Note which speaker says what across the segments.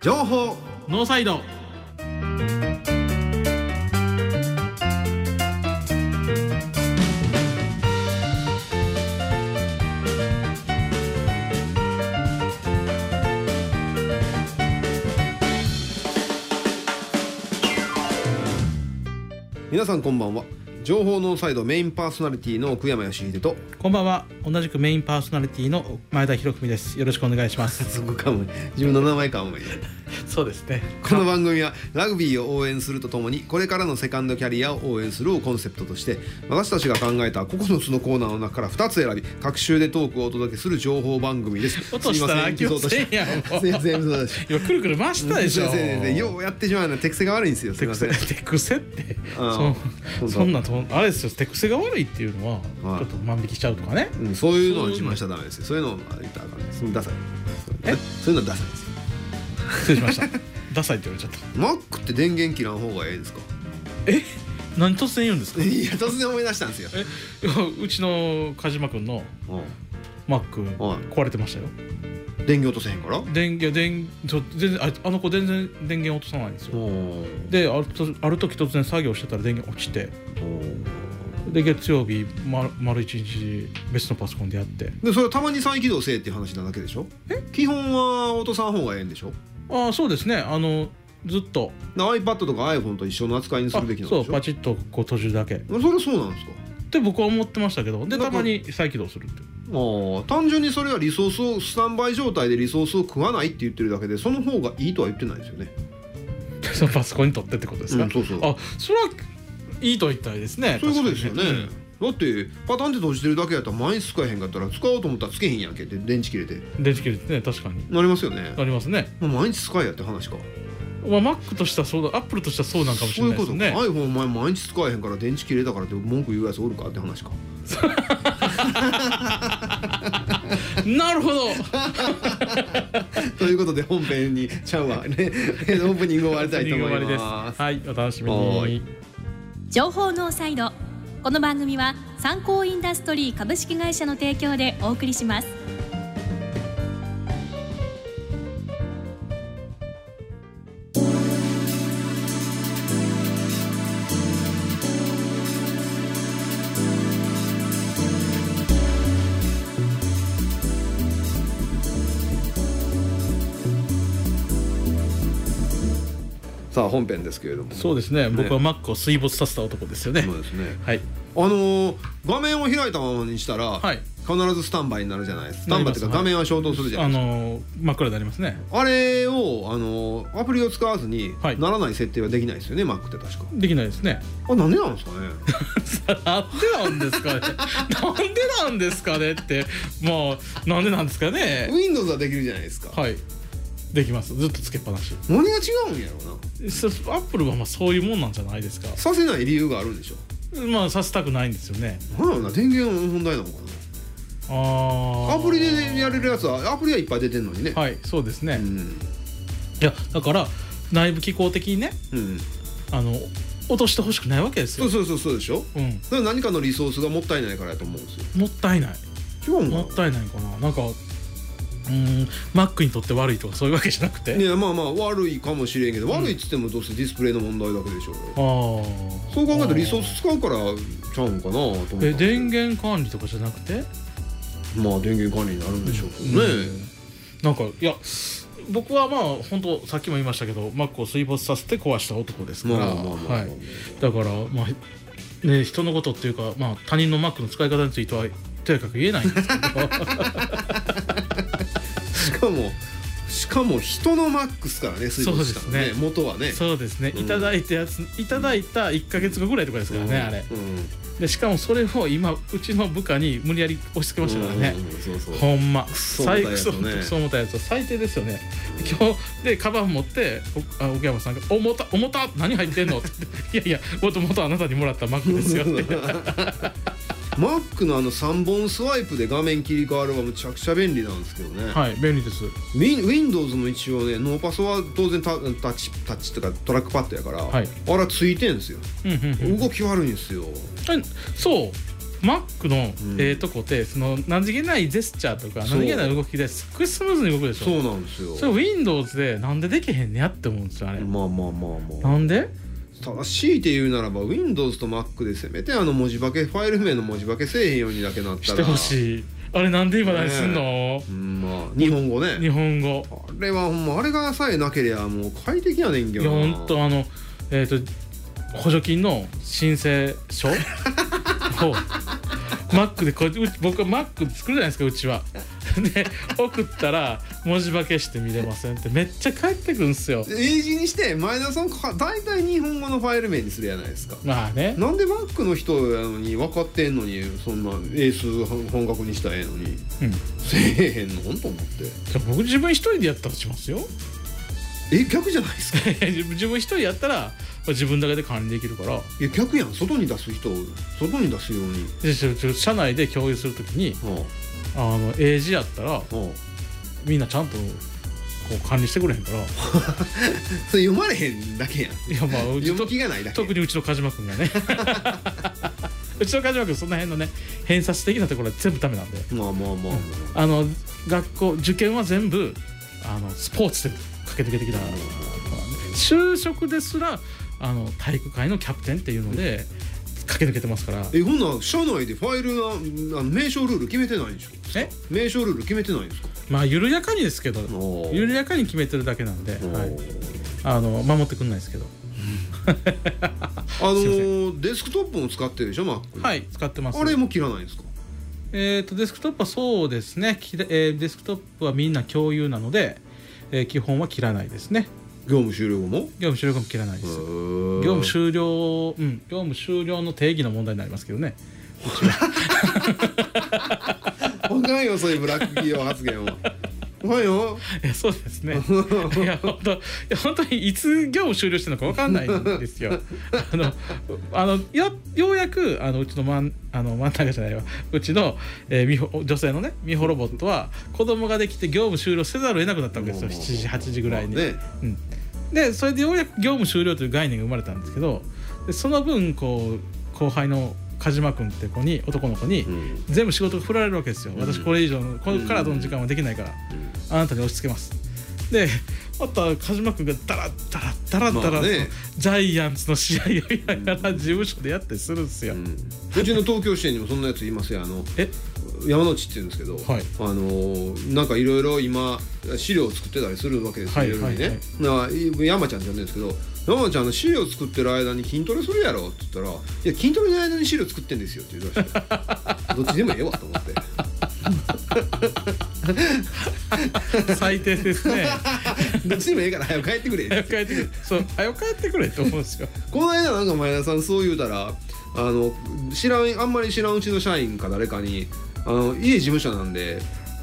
Speaker 1: 情報
Speaker 2: ノーサイド
Speaker 1: 皆さんこんばんは情報ノーサイドメインパーソナリティの奥山義秀と
Speaker 2: こんばんは同じくメインパーソナリティの前田博文ですよろしくお願いします
Speaker 1: すごいかも自分の名前かも
Speaker 2: そうですね
Speaker 1: この番組はラグビーを応援するとともにこれからのセカンドキャリアを応援するをコンセプトとして私たちが考えた9つのコーナーの中から2つ選び各週でトークをお届けする情報番組です
Speaker 2: 落とした
Speaker 1: すいま
Speaker 2: ら
Speaker 1: せん
Speaker 2: 気をつけんや ろ
Speaker 1: 全然そうだし
Speaker 2: 今くるくる回したでしょ
Speaker 1: 先生ねようやってしまうの手癖が悪いんですよす
Speaker 2: 手
Speaker 1: いませ
Speaker 2: 癖
Speaker 1: ん
Speaker 2: 手癖って
Speaker 1: あー
Speaker 2: そ
Speaker 1: そう
Speaker 2: う
Speaker 1: そう
Speaker 2: そんなとあれですよ手癖が悪いっていうのは
Speaker 1: はい
Speaker 2: ちょっと万引きしちゃうとかね
Speaker 1: うん、そういうのを自慢しちゃダメですよ。そういうのを言ったらあかんです。ダサい。
Speaker 2: え
Speaker 1: そういうのはダサいですよ。
Speaker 2: 失礼し ましたダサいって言われちゃった
Speaker 1: Mac って電源切らん方がええんですか
Speaker 2: え何突然言うんですか
Speaker 1: いや、突然思い出したんですよ。
Speaker 2: えうちの梶間君の
Speaker 1: う
Speaker 2: マック
Speaker 1: はい
Speaker 2: 壊れてましたよ
Speaker 1: ん電源落とせへんから
Speaker 2: 電源電ちょ全然ああの子全然電源落とさないんですよ
Speaker 1: お
Speaker 2: であるとある時突然作業してたら電源落ちて
Speaker 1: ー
Speaker 2: で月曜日、ま、丸一日別のパソコンでやって
Speaker 1: で、それはたまに再起動せえっていう話なだけでしょえ基本は落とさん方がええんでしょ
Speaker 2: ああそうですねあのずっと
Speaker 1: で ?iPad とか iPhone と一緒の扱いにす
Speaker 2: あ
Speaker 1: るべきなん
Speaker 2: そ
Speaker 1: で
Speaker 2: う
Speaker 1: しょ
Speaker 2: パチッとこう閉じるだけっ
Speaker 1: それはそうなんですか
Speaker 2: て僕は思ってましたけど
Speaker 1: な
Speaker 2: で
Speaker 1: んか
Speaker 2: たまに再起動するって
Speaker 1: あ ー単純にそれはリソースをスタンバイ状態でリソースを食わないって言ってるだけでその方がいいとは言ってないですよね。
Speaker 2: そのパソコンに取ってってことですか、
Speaker 1: うんそうそう
Speaker 2: あそれはいいと言ったらいいですね
Speaker 1: そういうことですよね
Speaker 2: 確かに。
Speaker 1: だってパタンって閉じてるだけやったら毎日使えへんかったら使おうと思ったらつけへんやんけって電池切れて
Speaker 2: うん電池切れてね確かに
Speaker 1: なりますよね
Speaker 2: あ。りますね
Speaker 1: まあ毎日使えやって話か。
Speaker 2: まあ Mac としてはそうだ Apple としてはそうなんかもしれないですね
Speaker 1: そういうことか。iPhone お前毎日使えへんから電池切れたからって文句言うやつおるかって話か。
Speaker 2: なるほど
Speaker 1: ということで本編にちゃうわねオープニング終わりたいと思
Speaker 2: 終わ
Speaker 1: い
Speaker 2: りです
Speaker 1: ます。
Speaker 2: はいお楽しみ
Speaker 1: はーい
Speaker 2: に
Speaker 3: 情報ノーサイドこの番組は参考インダストリー株式会社の提供でお送りします
Speaker 1: さあ本編ですけれども。
Speaker 2: そうですね僕は Mac を水没させた男ですよね
Speaker 1: そうですね。
Speaker 2: はい
Speaker 1: あのー画面を開いたままにしたら、
Speaker 2: はい
Speaker 1: 必ずスタンバイになるじゃないですか。スタンバイっていうか
Speaker 2: な
Speaker 1: 画
Speaker 2: ります
Speaker 1: 面は消灯するじゃないですか
Speaker 2: あ。のー真っ暗になりますね
Speaker 1: あれをあのアプリを使わずに
Speaker 2: はい
Speaker 1: ならない設定はできないですよね、Mac って確か。
Speaker 2: できないですね
Speaker 1: あなんでなんですかね。
Speaker 2: なんでなんですかねなんでなんですかねってまあなんでなんですかね
Speaker 1: Windows はできるじゃないですか。
Speaker 2: はいできますずっとつけっぱなし
Speaker 1: 何が違うんやろうな。
Speaker 2: そアップルはまあそういうもんなんじゃないですか
Speaker 1: させない理由があるんでしょ。
Speaker 2: まあさせたくないんですよね
Speaker 1: なんやろうな電源の問題なのか
Speaker 2: あ
Speaker 1: な。
Speaker 2: あ
Speaker 1: アプリでやれるやつはアプリはいっぱい出てんのにね。
Speaker 2: はいそうですね、
Speaker 1: う
Speaker 2: い
Speaker 1: ん
Speaker 2: やだから内部機構的にね
Speaker 1: うん。
Speaker 2: あの落としてほしくないわけです
Speaker 1: そ
Speaker 2: よ
Speaker 1: うそうそうそうでしょ。
Speaker 2: うん
Speaker 1: だから何かのリソースがもったいないからやと思うんです
Speaker 2: もったいない
Speaker 1: よ。違うんか
Speaker 2: も
Speaker 1: な
Speaker 2: ったいないかななんかうーんマックにとって悪いとかそういうわけじゃなくて、
Speaker 1: いやまあまあ悪いかもしれんけど、悪いっつってもどうせディスプレイの問題だけでしょ。
Speaker 2: ああ
Speaker 1: そう考えたらリソース使うからちゃうんかなと思ったんです
Speaker 2: え
Speaker 1: よ。
Speaker 2: 電源管理とかじゃなくて
Speaker 1: まあ電源管理になるんでしょうけどね、
Speaker 2: なんかいや僕はまあ本当さっきも言いましたけどマックを水没させて壊した男ですから、
Speaker 1: まあまあまあまあ
Speaker 2: はい、だからまあね人のことっていうか、まあ、他人のマックの使い方についてはとやかく言えないんですけど
Speaker 1: しかもしかも人のマックスからね水没したのね
Speaker 2: そうですね
Speaker 1: 元は ね
Speaker 2: そうですね
Speaker 1: うん
Speaker 2: いただいたやついただいた1か月後ぐらいとかですからね、あれ
Speaker 1: うん
Speaker 2: でしかもそれを今うちの部下に無理やり押し付けましたからね、
Speaker 1: うんうんうんそうそう
Speaker 2: ほんま
Speaker 1: ソ重たい
Speaker 2: 最
Speaker 1: や
Speaker 2: 悪
Speaker 1: つ
Speaker 2: そ
Speaker 1: ね
Speaker 2: う重たいやつは最低ですよね今日でカバン持っておあ奥山さんが「重た重た何入ってんの?」って言って「いやいやもともとあなたにもらったマックですよ」って
Speaker 1: マックのあの3本スワイプで画面切り替わるはむちゃくちゃ便利なんですけどね、
Speaker 2: はい便利です
Speaker 1: ウィン Windows も一応ねノーパソは当然タタッチタッチとかトラックパッドやから、
Speaker 2: はい
Speaker 1: あらついてんですよ
Speaker 2: うんうんうん
Speaker 1: 動き悪いんですよ
Speaker 2: えそうマックの
Speaker 1: ん
Speaker 2: ええとこってその何気ないジェスチャーとか
Speaker 1: そう
Speaker 2: 何気ない動きですっごいスムーズに動くでしょ
Speaker 1: そうなんですよ
Speaker 2: それ Windows でなんでできへんねやって思うんですよあれ、
Speaker 1: まあまあまあまあ
Speaker 2: なんで
Speaker 1: 正しいて言うならば Windows と Mac でせめてあの文字化けファイル名の文字化けせえへんようにだけなったら
Speaker 2: してほ
Speaker 1: い
Speaker 2: しいあれなんで今何すんの、
Speaker 1: うんまあ日本語
Speaker 2: 日
Speaker 1: ね
Speaker 2: 本語
Speaker 1: あれはほんまあれがさえなけりゃもう快適やねんけ
Speaker 2: いや
Speaker 1: どな
Speaker 2: ほんとあのえっ、と補助金の申請 書を Mac でこううち僕は Mac 作るじゃないですかうち は。で送ったら文字化けして見れませんってめっちゃ返ってくるんですよ。
Speaker 1: 英字にして前田さんか大体日本語のファイル名にするやないですか
Speaker 2: まあね
Speaker 1: なんで Mac の人やのに分かってんのにそんな英数本格にしたらええのに
Speaker 2: うん、じ
Speaker 1: せえへんのと思って
Speaker 2: ゃあ僕自分一人でやったらしますよ
Speaker 1: え逆じゃないですか
Speaker 2: 自分一人やったら自分だけで管理できるから
Speaker 1: いや逆やん外に出す人外に出すように
Speaker 2: でちょちょ社内で共有するときに
Speaker 1: は
Speaker 2: あの英字やったら
Speaker 1: あはあ
Speaker 2: みんなちゃんとこう管理してくれへんから
Speaker 1: それ読まれへんだけやん
Speaker 2: いやまあうち
Speaker 1: 読
Speaker 2: と
Speaker 1: む気がないだけ
Speaker 2: 特にうちの鹿島君 がねうちの鹿島君その辺のね偏差値的なところは全部ダメなんで
Speaker 1: まあまあまあま
Speaker 2: あの学校受験は全部あのスポーツで駆け抜けてきた就職ですらあの体育会のキャプテンっていうので駆け抜けてますから
Speaker 1: あえほんなら社内でファイルのあの名称ルール決めてないんでしょ
Speaker 2: え
Speaker 1: 名称ルール決めてないんですか
Speaker 2: まあ緩やかにですけど
Speaker 1: おー
Speaker 2: 緩やかに決めてるだけなんで、
Speaker 1: おー
Speaker 2: はい、あの守ってくんないですけど
Speaker 1: あの
Speaker 2: すいま
Speaker 1: ーデスクトップも使ってるでしょ Mac
Speaker 2: はい使ってます
Speaker 1: あれも切らないんですか
Speaker 2: えー、とデスクトップはそうですね、きれえーデスクトップはみんな共有なので、えー基本は切らないですね
Speaker 1: 業務終了後も
Speaker 2: 業務終了後も切らないです業
Speaker 1: 業
Speaker 2: 務終了うん業務終了の定義の問題になりますけどね
Speaker 1: わかんよそういうブラック企業発言は。 わかんよ。
Speaker 2: いやそうで すねいや本当いや本当にいつ業務終了してるのかわかんないんで すよあのあのやようやくあのうちのまんあの真ん中じゃないわうちの、えーみほ女性のねみほロボットは子供ができて業務終了せざるを得なくなったわけですよ
Speaker 1: もうもう
Speaker 2: 7時8時ぐらいに、
Speaker 1: まあね
Speaker 2: うん、でそれでようやく業務終了という概念が生まれたんですけどでその分こう後輩の鹿島君って子に男の子に、
Speaker 1: うん
Speaker 2: 全部仕事が振られるわけですよ、
Speaker 1: ん
Speaker 2: 私これ以上のこれからの時間はできないから、あなたに押し付けますでまた鹿島君がダラッダラッダラッダラ
Speaker 1: まあね
Speaker 2: ッとジャイアンツの試合を見ながら事務所でやったりするんですよ、
Speaker 1: うちの東京支店にもそんなやついますよあの
Speaker 2: え
Speaker 1: 山之内って言うんですけど、
Speaker 2: はい
Speaker 1: あのーなんかいろいろ今資料を作ってたりするわけですよ、
Speaker 2: はいい
Speaker 1: ろいろにね、な山ちゃんって呼んでるんですけど山ちゃんあの資料作ってる間に筋トレするやろって言ったら「いや筋トレの間に資料作ってんですよ」って言うらし いどっちでもええわと思って
Speaker 2: 最低ですね
Speaker 1: どっちでもええから早く帰ってくれ
Speaker 2: 早く帰ってくれそう早く帰ってくれって思うんですよ
Speaker 1: この間なんか前田さんそう言うたらあの知らんあんまり知らんうちの社員か誰かにあの家事務所なんで、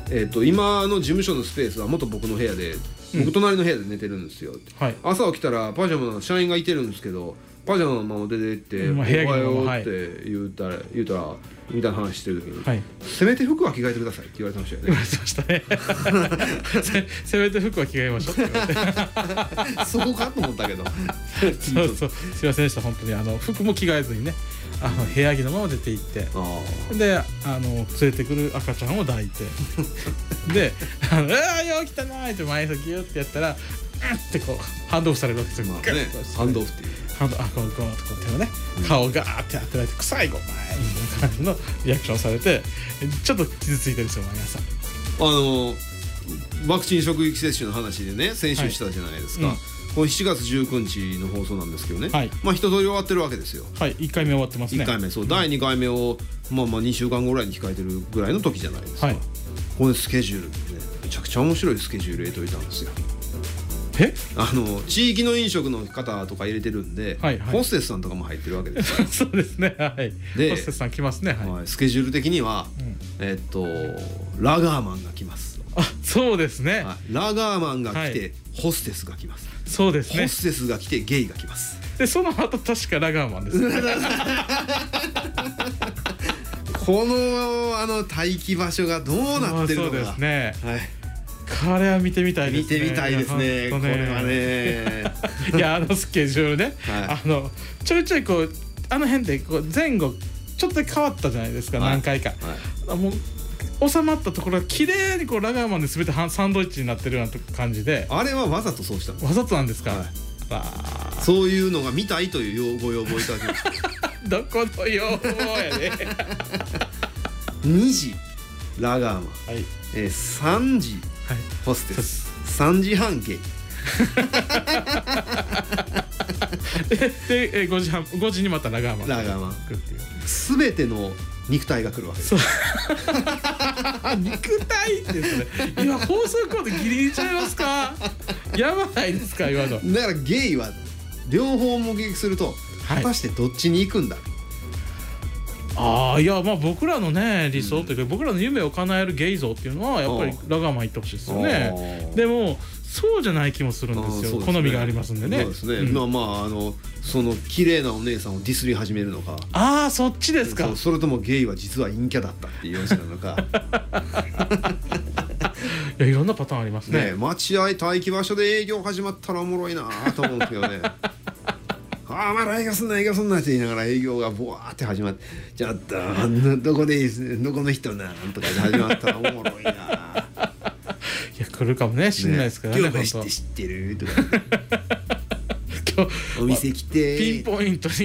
Speaker 1: えっと今の事務所のスペースは元僕の部屋で僕隣の部屋で寝てるんですよって、
Speaker 2: はい
Speaker 1: 朝起きたらパジャマの社員がいてるんですけどパジャマのまま出てって「お
Speaker 2: まあ
Speaker 1: は
Speaker 2: 部屋着のまま
Speaker 1: よう」
Speaker 2: はい
Speaker 1: って言うたら言うたらみたいな話してる時に、
Speaker 2: はい
Speaker 1: せめて服は着替えてください」って言われてましたよ
Speaker 2: 言
Speaker 1: ね
Speaker 2: わ れてました ねせせめて服は着替えましょうって言われて
Speaker 1: そこかと思ったけど
Speaker 2: そうそうすいませんでした本当にあの服も着替えずにねあの部屋着のまま出て行って
Speaker 1: ああ
Speaker 2: であの連れてくる赤ちゃんを 抱いてで「あのうわよう来たな」って前先ギュってやったら「うん」ってこうハンドオフされるわけですよ、
Speaker 1: まあ
Speaker 2: ガ
Speaker 1: ね
Speaker 2: ッと
Speaker 1: ハンドオフっていう
Speaker 2: ハンドあこうこうこう手をね顔をガーって当てられて「臭いごめん」みたいな感じのリアクションをされてちょっと傷ついてるんですよ毎朝。
Speaker 1: あのワクチン職域接種の話でね先週したじゃないですか、
Speaker 2: はい
Speaker 1: この7月19日の放送なんですけどね、
Speaker 2: はい
Speaker 1: まあ一通り終わってるわけですよ
Speaker 2: はい1回目終わってますね。
Speaker 1: 1回目そう、第2回目をまあまあ2週間後ぐらいに控えてるぐらいの時じゃないですか、
Speaker 2: はい
Speaker 1: このスケジュールねめちゃくちゃ面白いスケジュール入れといたん ですよ
Speaker 2: え
Speaker 1: あの地域の飲食の方とか入れてるんで、
Speaker 2: はいはい
Speaker 1: ホステスさんとかも入ってるわけですよ
Speaker 2: そうですねはい。
Speaker 1: で
Speaker 2: ホステスさん来ますねはい。
Speaker 1: はいスケジュール的には、
Speaker 2: ん
Speaker 1: えっとラガーマンが来ます、
Speaker 2: あそうですね、
Speaker 1: はいラガーマンが来て、
Speaker 2: はい
Speaker 1: ホステスが来ます
Speaker 2: そうです
Speaker 1: ホ
Speaker 2: ね
Speaker 1: ステスが来てゲイが来 ます。
Speaker 2: でその後確かラガーマンですね
Speaker 1: このあの待機場所がどうなってるの
Speaker 2: そうで
Speaker 1: か。
Speaker 2: すね
Speaker 1: はい、
Speaker 2: これは見てみたいで
Speaker 1: 見
Speaker 2: すね
Speaker 1: てみたいですね。
Speaker 2: いや
Speaker 1: こ
Speaker 2: 本当
Speaker 1: れはね。
Speaker 2: いやあのスケジュールね、
Speaker 1: はい
Speaker 2: あのちょいちょいこうあの辺でこう前後ちょっとだけ変わったじゃないですか、
Speaker 1: はい
Speaker 2: 何回かあもう収まったところが綺麗にこうラガーマンで全てはサンドイッチになってるような感じで
Speaker 1: あれはわざとそうしたの、
Speaker 2: わざとなんですか、
Speaker 1: はい
Speaker 2: あ
Speaker 1: そういうのが見たいというご要望いただきました
Speaker 2: ーどこのよ うやね
Speaker 1: 2時ラガーマン、
Speaker 2: はいはい
Speaker 1: えー、3時ホステス3時半ケーキ
Speaker 2: ででえー5時半5時にまたラガーマン
Speaker 1: ラガーマン
Speaker 2: 来るっていう
Speaker 1: 全ての肉体が来るわけです
Speaker 2: そう 肉体ってそれ今放送コードギリギリちゃいますかやばないですか今の
Speaker 1: だからゲイは両方目撃すると
Speaker 2: はい
Speaker 1: 果たしてどっちに行くんだ、
Speaker 2: ああいやまあ僕らのね理想というか、僕らの夢を叶えるゲイ像っていうのはやっぱりラガーマン行ってほしいですよね
Speaker 1: あー
Speaker 2: でもそうじゃない気もするん
Speaker 1: あー
Speaker 2: で
Speaker 1: そう
Speaker 2: す
Speaker 1: です
Speaker 2: よ
Speaker 1: ね
Speaker 2: 好みがありますんでね
Speaker 1: そうですね、
Speaker 2: ん
Speaker 1: まあまああのその綺麗なお姉さんをディスり始めるのか
Speaker 2: ああそっちですか
Speaker 1: そうそれともゲイは実は陰キャだったっていう話なの か
Speaker 2: いやいろんなパターンあります
Speaker 1: ね
Speaker 2: ね
Speaker 1: 待合待機場所で営業始まったらおもろいなと思うんですけどねああまだ営業すんな営業すんなって言いながら営業がボワーって始まって「ちょっとあんなどこでいいですねどこの人なん?」とかで始まったらおもろいな
Speaker 2: いや来るかもね知んないですからね
Speaker 1: 今
Speaker 2: 本
Speaker 1: 日知
Speaker 2: 当
Speaker 1: って知ってる?」とか
Speaker 2: 今日
Speaker 1: お店来て
Speaker 2: ピンポイントに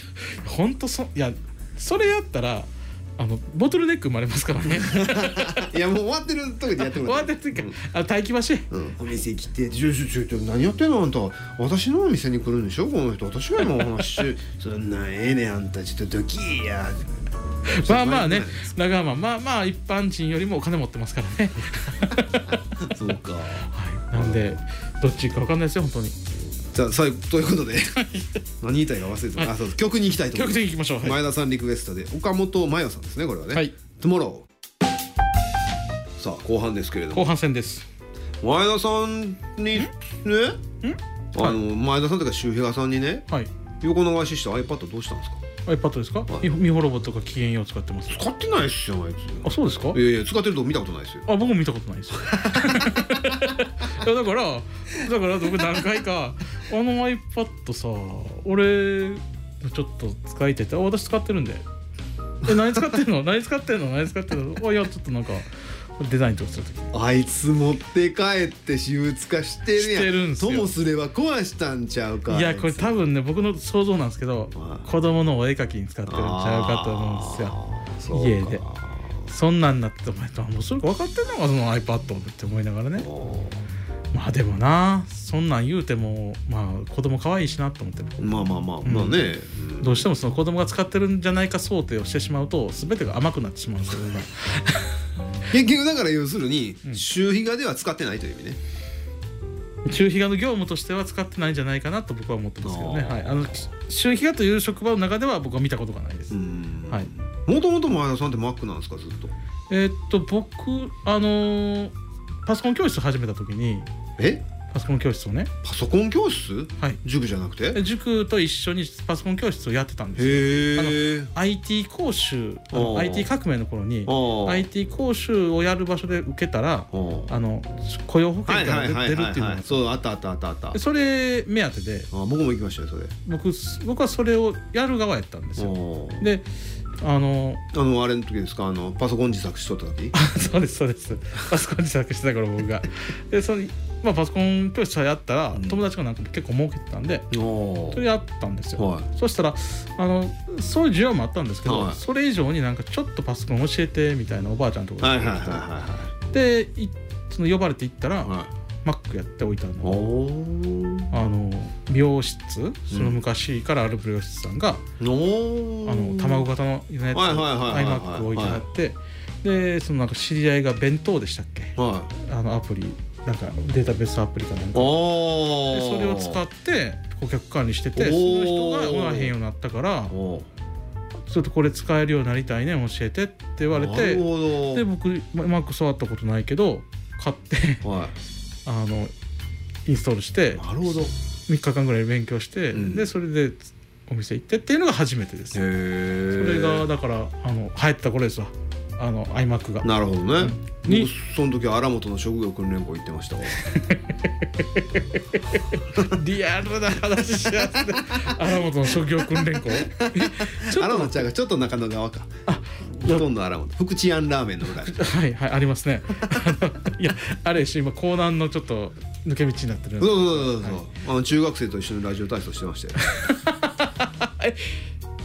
Speaker 2: 本当そいやそれやったらあのボトルネック生まれますからね
Speaker 1: いやもう終わってるとこでやって
Speaker 2: 終
Speaker 1: もら
Speaker 2: わ
Speaker 1: っ
Speaker 2: ってた
Speaker 1: いい
Speaker 2: 時か、あ待機場所へ
Speaker 1: うんうんお店来て「ちょちょちょちょ何やってんのあんた私のお店に来るんでしょこの人私が今お話 ししそんなんええねんあんたちょっとドキーや」
Speaker 2: まあまあね
Speaker 1: そうなんです
Speaker 2: ラガーマンまあまあ一般人よりもお金持ってますからね
Speaker 1: そうか
Speaker 2: はいなんでどっち行くか分かんないですよ本当に
Speaker 1: じゃあ最後ということで何言いたいか忘れてた、あそう曲に行きたいと思いま
Speaker 2: 曲的
Speaker 1: す
Speaker 2: に行きましょうはい、
Speaker 1: 前田さんリクエストで岡本真代さんですねこれはね「
Speaker 2: はい、
Speaker 1: トゥモロー」さあ後半ですけれども
Speaker 2: 後半戦です
Speaker 1: 前田さんにねあの前田さんとか周平さんにね
Speaker 2: はい
Speaker 1: 横流しした iPad どうしたんですか
Speaker 2: iPad ですか、
Speaker 1: はい
Speaker 2: みミホロボットが機嫌用使ってます
Speaker 1: 使ってないっすよあい
Speaker 2: あ
Speaker 1: つ
Speaker 2: そうですか
Speaker 1: いやいや使ってるとこ見たことないですよ
Speaker 2: あ僕も見たことない ですよいやだからだから僕何回かあの iPad さ俺ちょっと使いてて「あ私使ってるんで」え「何使ってん の何使ってんの何使ってんの?あ」いやちょっとなんかデザインとかする時
Speaker 1: あいつ持って帰って私物化してるやん
Speaker 2: してるんすよ
Speaker 1: ともすれば壊したんちゃうか
Speaker 2: いやこれ多分ね僕の想像なんですけど
Speaker 1: はい
Speaker 2: 子供のお絵描きに使ってるんちゃうかと思うんですよ
Speaker 1: よ
Speaker 2: 家でそんなんなってお前もうそれ分かってんのかその iPad って思いながらねまあでもなそんなん言うてもまあ子供可愛いしなと思って
Speaker 1: まあまあまあまあね、うん
Speaker 2: どうしてもその子供が使ってるんじゃないか想定をしてしまうと全てが甘くなってしまうんですよ 今
Speaker 1: 結局だから要するに
Speaker 2: ん
Speaker 1: 周囲側では使ってないという意味ね
Speaker 2: 中皮画の業務としては使ってないんじゃないかなと僕は思ってますけどね、
Speaker 1: あー
Speaker 2: はい、あの中皮画という職場の中では僕は見たことがないです、はい
Speaker 1: もともと前田さんって Mac なんですかずっと
Speaker 2: えーっと僕あのーパソコン教室を始めた時に
Speaker 1: え
Speaker 2: パソコン教室をね、
Speaker 1: パソコン教室
Speaker 2: はい、
Speaker 1: 塾じゃなくて
Speaker 2: 塾と一緒にパソコン教室をやってたんですよ
Speaker 1: へえ
Speaker 2: IT 講習あ
Speaker 1: おー
Speaker 2: の IT 革命の頃に
Speaker 1: ああ
Speaker 2: IT 講習をやる場所で受けたら
Speaker 1: あ
Speaker 2: あの雇用保
Speaker 1: は
Speaker 2: 険
Speaker 1: い
Speaker 2: か
Speaker 1: はいは
Speaker 2: ら
Speaker 1: い
Speaker 2: 出る
Speaker 1: は
Speaker 2: って
Speaker 1: い
Speaker 2: いうの
Speaker 1: は
Speaker 2: が
Speaker 1: いそうあったあったあったあったあ
Speaker 2: でそれ目当てで
Speaker 1: 僕も行きましたよそれ
Speaker 2: 僕僕はそれをやる側やったんですよ
Speaker 1: おー
Speaker 2: であの
Speaker 1: あのあれの時ですかあのパソコン自作しとった時
Speaker 2: そうですそうですパソコン自作してたから僕がでその、まあ、パソコン教室やったら
Speaker 1: うん
Speaker 2: 友達がなんか結構儲けてたんで
Speaker 1: お
Speaker 2: それやったんですよ、
Speaker 1: はい
Speaker 2: そしたらあのそういう需要もあったんですけど、
Speaker 1: はい
Speaker 2: それ以上になんかちょっとパソコン教えてみたいなおばあちゃんとか
Speaker 1: はい
Speaker 2: が
Speaker 1: はいはい
Speaker 2: 来て
Speaker 1: は
Speaker 2: でいその呼ばれて行ったら、
Speaker 1: いはい
Speaker 2: Mac やっておいたの
Speaker 1: おお
Speaker 2: あの美容室その昔からある美容室さんが、
Speaker 1: おー
Speaker 2: あの卵型のやつ
Speaker 1: はいはいはいはいはい
Speaker 2: iMac をいただってでそのなんか知り合いが弁当でしたっけ
Speaker 1: は
Speaker 2: あのアプリなんかデータベースアプリかなん
Speaker 1: い
Speaker 2: か
Speaker 1: お
Speaker 2: で
Speaker 1: ー
Speaker 2: それを使って顧客管理してて
Speaker 1: お
Speaker 2: そ
Speaker 1: ー
Speaker 2: の人がおらへんようになったから
Speaker 1: おー
Speaker 2: ちょっとこれ使えるようになりたいね教えてって言われ
Speaker 1: なる
Speaker 2: て
Speaker 1: ほど
Speaker 2: で僕ママーク触ったことないけど買って
Speaker 1: は
Speaker 2: あのインストールして
Speaker 1: いなるほどへ
Speaker 2: 3日間ぐらい勉強して、
Speaker 1: うん
Speaker 2: でそれでお店行ってっていうのが初めてです、
Speaker 1: え
Speaker 2: それがだからあの流行った頃ですわあの iMac が
Speaker 1: なるほどね。
Speaker 2: に
Speaker 1: 僕その時荒本の職業訓練校行ってましたわ。
Speaker 2: リアルな話し やすい荒本の職業訓練校えちょっ
Speaker 1: 荒
Speaker 2: と
Speaker 1: 本ちゃんがちょっと中野側か。ほとんど荒本。福知庵ラーメンの裏。
Speaker 2: はいはいありますね あのいやあれし今江南のちょっと抜け道になってるん
Speaker 1: そ
Speaker 2: で
Speaker 1: うそうそうそう、あの中学生と一緒にラジオ体操してましたよ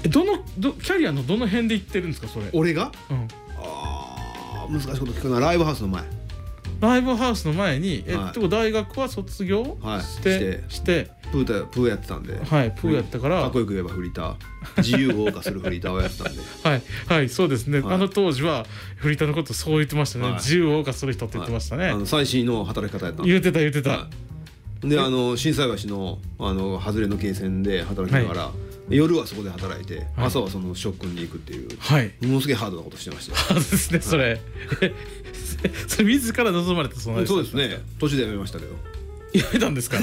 Speaker 2: えどのどキャリアのどの辺で行ってるんですかそれ、
Speaker 1: 俺が
Speaker 2: うん、
Speaker 1: あー難しいこと聞くなライブハウスの前
Speaker 2: ライブハウスの前にえ、
Speaker 1: はい
Speaker 2: ってこと大学は卒業
Speaker 1: はい
Speaker 2: して、
Speaker 1: して
Speaker 2: して
Speaker 1: プータプーやってたんで、
Speaker 2: はいプーやったから
Speaker 1: かっこよく言えばフリーター自由を謳歌するフリーターをやってたんで
Speaker 2: はいはいそうですね、
Speaker 1: はい
Speaker 2: あの当時はフリーターのことそう言ってましたね、
Speaker 1: はい
Speaker 2: 自由を謳歌する人って言ってましたね、
Speaker 1: はいあの最新の働き方やったんで
Speaker 2: 言ってた言ってた、
Speaker 1: はいであの心斎橋のあの外れの京線で働きながら、夜はそこで働いて、
Speaker 2: はい
Speaker 1: 朝はその職訓に行くっていう
Speaker 2: はい
Speaker 1: ものすげえハードなことしてましたよ
Speaker 2: あですねそれ それ自ら望まれたそうなんです
Speaker 1: そうですね途中でやめましたけど
Speaker 2: やめたんですか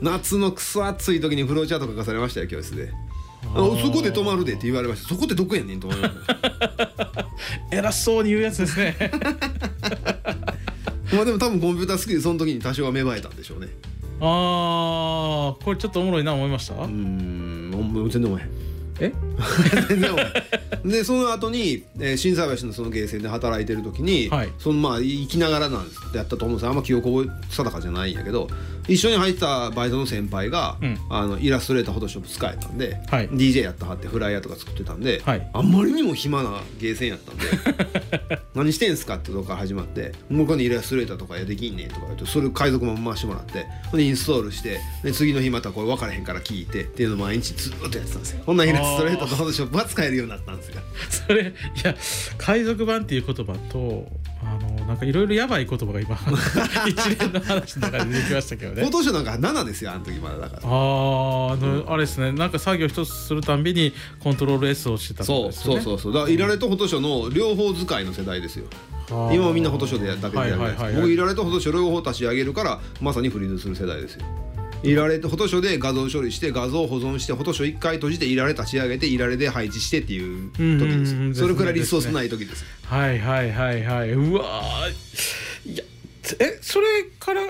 Speaker 1: 夏のくそ暑い時にフローチャート書かされましたよ教室で「あそこで泊まるで」って言われました「そこ ってどこやねん」と思いました
Speaker 2: 偉そうに言うやつですね
Speaker 1: まあでも多分コンピューター好きでその時に多少は芽生えたんでしょうね
Speaker 2: ああこれちょっとおもろいな思いました、
Speaker 1: うーんほんま全然お前
Speaker 2: え
Speaker 1: 全然お前でその後に、えー、心斎橋のそのゲーセンで働いてる時に、
Speaker 2: はい
Speaker 1: そのまあ生きながらなんですやったと思うんですあんま記憶覚え定かじゃないんやけど一緒に入ってたバイトの先輩が、
Speaker 2: うん
Speaker 1: あのイラストレーターフォトショップ使えたんで、
Speaker 2: はい
Speaker 1: DJ やったはってフライヤーとか作ってたんで、
Speaker 2: はい
Speaker 1: あんまりにも暇なゲーセンやったんで何してんすかってとこから始まって「向こうにイラストレーターとかやできんねん」とか言うとそれを海賊版回してもらってほんでインストールしてで次の日またこれ分からへんから聞いてっていうのを毎日ずーっとやってたんですよこんなイラストレーターとフォトショップは使えるようになったんですよ
Speaker 2: それいや海賊版っていう言葉とあのなんかいろいろやばい言葉が 今一連の話の中で出てきましたけど
Speaker 1: フォ
Speaker 2: ね
Speaker 1: トショーなんか7ですよあの時まだだから
Speaker 2: あーあのあれですねなんか作業一つするたんびにコントロール S をしてたってこと
Speaker 1: そう
Speaker 2: ですよ
Speaker 1: そう
Speaker 2: ね
Speaker 1: そうそうだからいられとフォトショーの両方使いの世代ですよ
Speaker 2: あー
Speaker 1: 今はみんなフォトショーでやだけでやるじゃないですか、
Speaker 2: はいはいはいはい
Speaker 1: 僕いられとフォトショー両方立ち上げるからまさにフリーズする世代ですよいられとフォトショーで画像処理して画像を保存してフォトショー1回閉じていられ立ち上げていられで配置してっていう時です
Speaker 2: うんうんうん
Speaker 1: それくらいリソースない時です
Speaker 2: はいはいはいはいうわーいやえそれから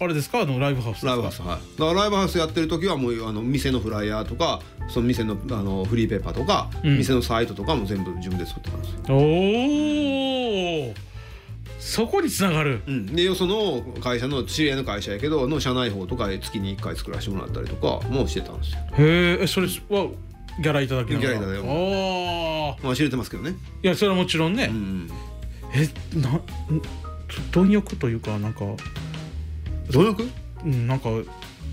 Speaker 2: あれですかあのライブハウスですか
Speaker 1: ライブハウスはいだからライブハウスやってる時はもうあの店のフライヤーとかその店のあのフリーペーパーとか、
Speaker 2: うん
Speaker 1: 店のサイトとかも全部自分で作ってます
Speaker 2: おおそこにつながる
Speaker 1: うん、でよその会社の知り合いの会社やけどの社内法とか月に1回作らせてもらったりとかもしてたんですよ
Speaker 2: へーえそれはギャラいただきながら
Speaker 1: ギャラいただきながら
Speaker 2: おー
Speaker 1: まあ知れてますけどね
Speaker 2: いやそれはもちろんね、
Speaker 1: うん
Speaker 2: えなん貪欲というかなんか
Speaker 1: 努力
Speaker 2: うんなんか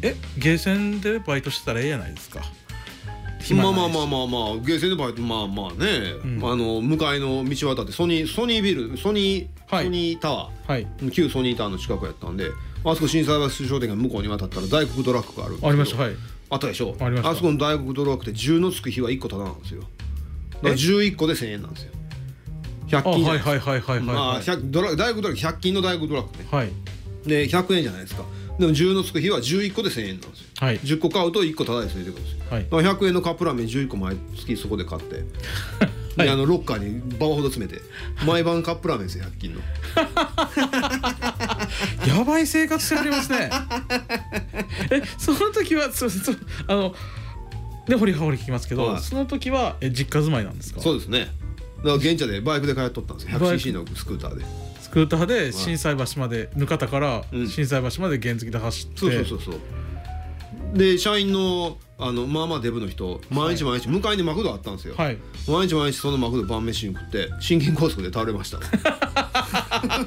Speaker 2: えゲーセンでバイトしてたらええやないですか暇
Speaker 1: ま
Speaker 2: な
Speaker 1: あ
Speaker 2: いし
Speaker 1: まあまあまあまあゲーセンのバイトまあまあね、
Speaker 2: うん
Speaker 1: あの向かいの道渡ってソニーソニービルソニー、
Speaker 2: はい
Speaker 1: ソニータワ
Speaker 2: はい
Speaker 1: ー旧ソニータワーの近くやったんであそこ震災橋商店街向こうに渡ったら大黒ドラッグがあるんですけ
Speaker 2: あ
Speaker 1: ど
Speaker 2: りましたはい
Speaker 1: あったでしょ
Speaker 2: ありました
Speaker 1: そこの大黒ドラッグって10のつく日は1個ただなんですよだから
Speaker 2: え
Speaker 1: 11個で1000円なんですよ100
Speaker 2: あ
Speaker 1: 均じゃない
Speaker 2: は
Speaker 1: いですか
Speaker 2: はいはいはいはい
Speaker 1: まあ、
Speaker 2: はい
Speaker 1: 100ドラ大学ドラッグ100均の大学ドラッグね
Speaker 2: はい
Speaker 1: で100円じゃないですかでも10のつく日は11個で1000円なんですよ
Speaker 2: はい
Speaker 1: 10個買うと1個ただでついてくるんですよ
Speaker 2: はい
Speaker 1: だから100円のカップラーメン11個毎月そこで買っ て、であのロッカーにババほど詰めて毎晩カップラーメンですよ100均の
Speaker 2: やばい生活してはりますね えその時はそそあので掘り葉掘り聞きますけど、
Speaker 1: はい
Speaker 2: その時はえ実家住まいなんですか
Speaker 1: そうですねだから現地でバイクで通っとったんですよ
Speaker 2: バイク
Speaker 1: 100cc のスクーターで
Speaker 2: スクーターで心斎橋までぬかたから
Speaker 1: うん
Speaker 2: 心斎橋まで原付で走って、
Speaker 1: そうそうそうそうで社員のあのまあまあデブの人毎日毎日、向かいにマクドあったんですよ、
Speaker 2: はい
Speaker 1: 毎日毎日そのマクド晩飯食って心筋梗塞で倒れました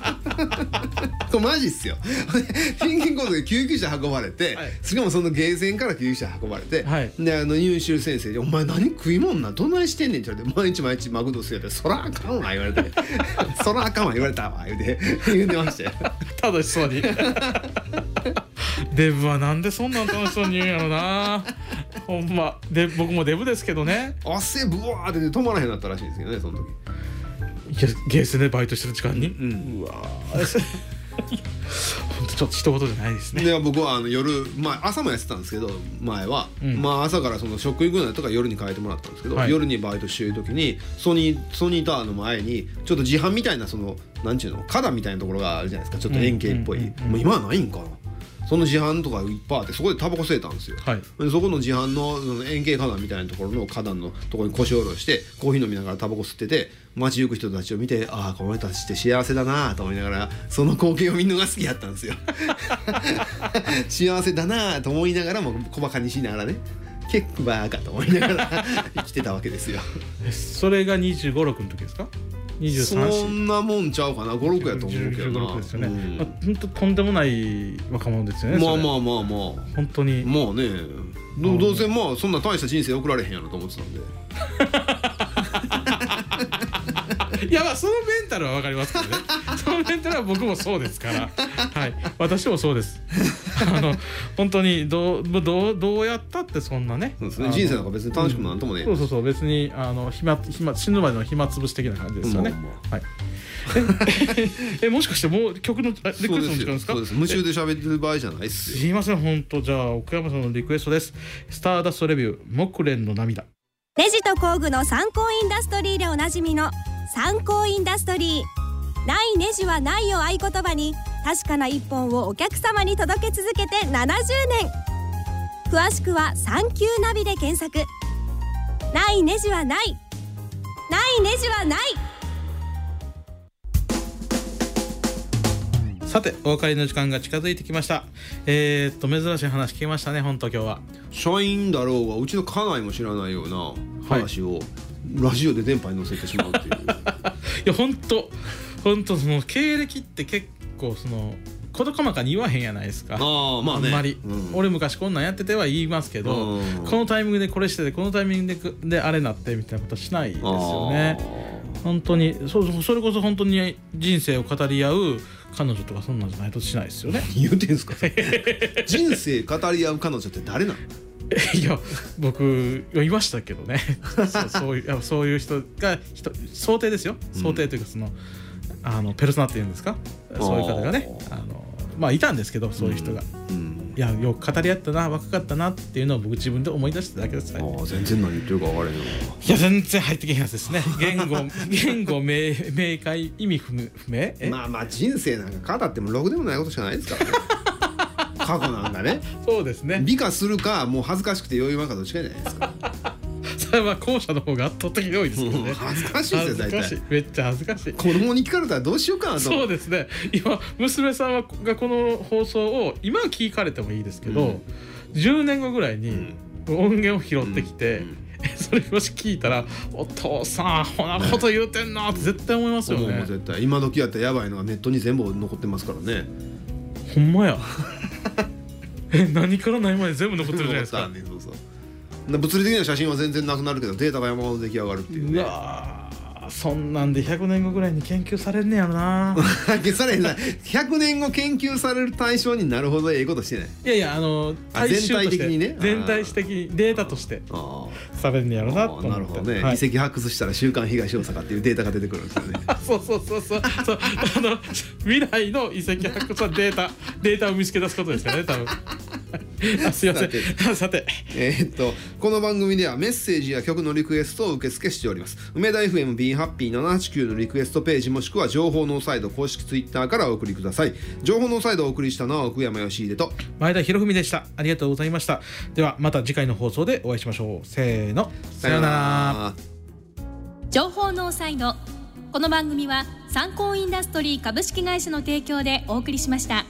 Speaker 1: これマジっすよ心筋梗塞で救急車運ばれて、
Speaker 2: はい
Speaker 1: しかもそのゲーセンから救急車運ばれて、
Speaker 2: はい
Speaker 1: であの優秀先生に「お前何食いもんなどないしてんねん」って言われて「毎日毎日マクドすやって「そらあかんわ」言われ て「そらあかんわ」言われたわ言うて言うてましたよ
Speaker 2: 楽しそうにデブはなんでそんなん楽しそうに言うんやろなほんまで僕もデブですけどね
Speaker 1: 汗ブワーって出て止まらへんなったらしいんですけどねその時
Speaker 2: いやゲーセンでバイトしてる時間に、
Speaker 1: うん
Speaker 2: うわー本当ちょっと一言じゃないですね。
Speaker 1: で僕はあの夜、まあ、朝もやってたんですけど前は、
Speaker 2: うん
Speaker 1: まあ、朝からその食育のとか夜に変えてもらったんですけど、
Speaker 2: はい
Speaker 1: 夜にバイトしてる時にソニーソニータワーの前にちょっと自販みたいなそのなんちゅうの花壇みたいなところがあるじゃないですかちょっと円形っぽい、
Speaker 2: うんうんうんうん
Speaker 1: もう今はないんかなその自販とかいっぱいあってそこでタバコ吸えたんですよ
Speaker 2: はい。
Speaker 1: でそこの自販のその円形花壇みたいなところの花壇のところに腰を下ろしてコーヒー飲みながらタバコ吸ってて街行く人たちを見てああこの人たちって幸せだなあと思いながらその光景を見るのが好きやったんです よ幸せだなあと思いながらも小バカにしながらね結構バーカと思いながら 生きてたわけですよ
Speaker 2: えそれが二十五六の時ですか？二十
Speaker 1: そ
Speaker 2: 三四。
Speaker 1: んなもんちゃうかな56やと思うけどな
Speaker 2: 16ですよね。
Speaker 1: うん
Speaker 2: まあ本当とんでもない若者ですよね。
Speaker 1: まあ
Speaker 2: それ
Speaker 1: まあまあまあ
Speaker 2: 本当に。
Speaker 1: まあねどどうせまあそんな大した人生送られへんやろと思ってたんで。
Speaker 2: いやまあそのメンタルはわかります けどねそのメンタルは僕もそうですからはい私もそうです あの本当にどうどうどうやったってそんなね
Speaker 1: そうですね
Speaker 2: あの
Speaker 1: 人生なんか別に楽しくもなんともねえ
Speaker 2: そうそうそう別にあの暇暇死ぬまでの暇つぶし的な感じですよね、
Speaker 1: まあま
Speaker 2: はいええもしかしてもう曲のあリクエストの時間ですか
Speaker 1: そうです無臭で喋ってる場合じゃないっす
Speaker 2: す
Speaker 1: よ
Speaker 2: いません本当じゃあ奥山さんのリクエストですスターダストレビュー木蓮の涙
Speaker 4: レジと工具の参考インダストリーでおなじみの参考インダストリーないネジはないを合言葉に確かな一本をお客様に届け続けて70年詳しくは「サンキューナビ」で検索ないネジはないないネジはない
Speaker 2: さてお別れの時間が近づいてきましたえー、っと珍しい話聞きましたね本当今日は
Speaker 1: 社員だろうがうちの家内も知らないような話を、ラジオで電波に載せてしまうっていう
Speaker 2: いや本当本当その経歴って結構その事細かに言わへんやないですかあ,、
Speaker 1: ああまあね
Speaker 2: んまり、
Speaker 1: うん
Speaker 2: 俺昔こんなんやってては言いますけど、
Speaker 1: うん
Speaker 2: このタイミングでこれしててこのタイミングでくであれなってみたいなことしないですよ ね本当にそうそうそれこそ本当に人生を語り合う彼女とかそんなんじゃないとしないですよね
Speaker 1: あー言うてんすかそれ人生語り合う彼女って誰なの
Speaker 2: いや僕いやいましたけどね そうそういういやそういう人が人想定ですよ想定というかその,、あのペルソナっていうんですかそういう方がね
Speaker 1: あ
Speaker 2: あのまあいたんですけどそういう人が、
Speaker 1: うん
Speaker 2: いやよく語り合ったな若かったなっていうのを僕自分で思い出しただけです、
Speaker 1: ああ全然何言ってるか分からへんない
Speaker 2: や全然入ってけへんやつですね言語 言語明明快意味不明不明え、
Speaker 1: まあまあ人生なんか語ってもろくでもないことしかないですから ね過去なんかね
Speaker 2: そうですね
Speaker 1: 美化するかもう恥ずかしくて余裕なんかどっちかじゃないですか、
Speaker 2: それは後者の方が圧倒的に多いですよね
Speaker 1: 恥ずかしいです
Speaker 2: 恥
Speaker 1: よ
Speaker 2: ず
Speaker 1: 大
Speaker 2: か
Speaker 1: 体
Speaker 2: しいめっちゃ恥ずかしい
Speaker 1: 子供に聞かれたらどうしようかなと思
Speaker 2: そううですね今娘さんはがこの放送を今は聞かれてもいいですけど、
Speaker 1: うん
Speaker 2: 10年後ぐらいに音源を拾ってきて、
Speaker 1: うん
Speaker 2: それもし聞いたら「お父さんアホなこと言うてんな」って絶対思いますよ
Speaker 1: 思うも
Speaker 2: ね
Speaker 1: ん。絶対今時やったらやばいのがネットに全部残ってますからね
Speaker 2: ほんまや え何から何まで全部残ってるじゃないですか。
Speaker 1: 残ったねそうそうで物理的な写真は全然なくなるけどデータが山ほど出来上がるっていう
Speaker 2: う
Speaker 1: ね
Speaker 2: わーそんなんで100年後ぐらいに研究されんねやろな
Speaker 1: 消 されへんな100年後研究される対象になるほどええことしてない
Speaker 2: いやいやあの
Speaker 1: あ
Speaker 2: 大衆として
Speaker 1: 全体的にね
Speaker 2: 全体的にデータとして
Speaker 1: あ
Speaker 2: されんねや
Speaker 1: あ
Speaker 2: ろなと思って
Speaker 1: なるほどね、
Speaker 2: はい
Speaker 1: 遺跡発掘したら「週刊東大阪」っていうデータが出てくるんですよね
Speaker 2: そうそうそうそうそうあの未来の遺跡発掘はデータデータを見つけ出すことですからね多分あすいませんさて
Speaker 1: えーっとこの番組ではメッセージや曲のリクエストを受付しております梅田 FM b ハッピー789のリクエストページもしくは情報ノーサイド公式ツイッターからお送りください情報ノーサイドをお送りしたのは奥山義秀と
Speaker 2: 前田博文でしたありがとうございましたではまた次回の放送でお会いしましょうせーのさようなら
Speaker 3: 情報ノーサイドこの番組は参考インダストリー株式会社の提供でお送りしました。